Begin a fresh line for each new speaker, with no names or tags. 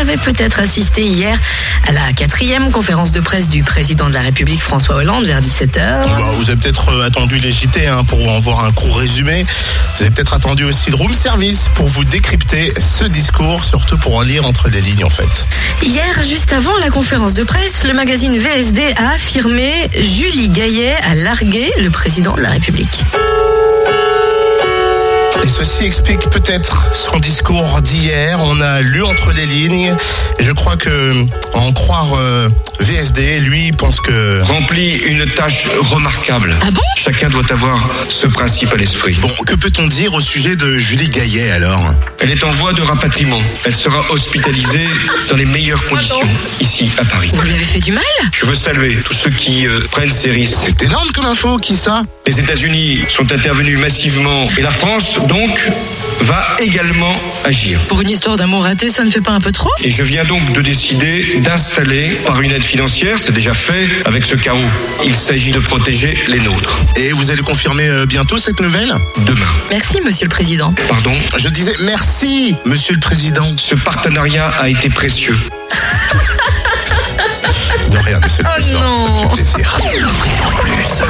avez peut-être assisté hier à la quatrième conférence de presse du président de la République François Hollande vers 17h.
Bah, vous avez peut-être euh, attendu les JT hein, pour en voir un court résumé. Vous avez peut-être attendu aussi le room service pour vous décrypter ce discours, surtout pour en lire entre les lignes en fait.
Hier, juste avant la conférence de presse, le magazine VSD a affirmé Julie Gaillet a largué le président de la République.
Et ceci explique peut-être son discours d'hier. On a lu entre les lignes. Et je crois que, à en croire euh, VSD, lui pense que
remplit une tâche remarquable.
Ah bon
Chacun doit avoir ce principe à l'esprit.
Bon, que peut-on dire au sujet de Julie Gaillet alors
Elle est en voie de rapatriement. Elle sera hospitalisée dans les meilleures conditions, ici à Paris.
Vous lui avez fait du mal
Je veux saluer tous ceux qui euh, prennent ces risques.
C'est énorme comme info, qui ça
Les États-Unis sont intervenus massivement et la France, donc, va également agir.
Pour une histoire d'amour raté, ça ne fait pas un peu trop
Et je viens donc de décider d'installer par une aide financière, c'est déjà fait, avec ce chaos. Il s'agit de protéger les nôtres.
Et vous allez confirmer euh, bientôt cette nouvelle
Demain,
Merci, monsieur le président.
pardon,
Je disais merci, monsieur le président.
ce partenariat a été précieux.
De rien, monsieur le
Oh
président. Ça me
non.
fait plaisir.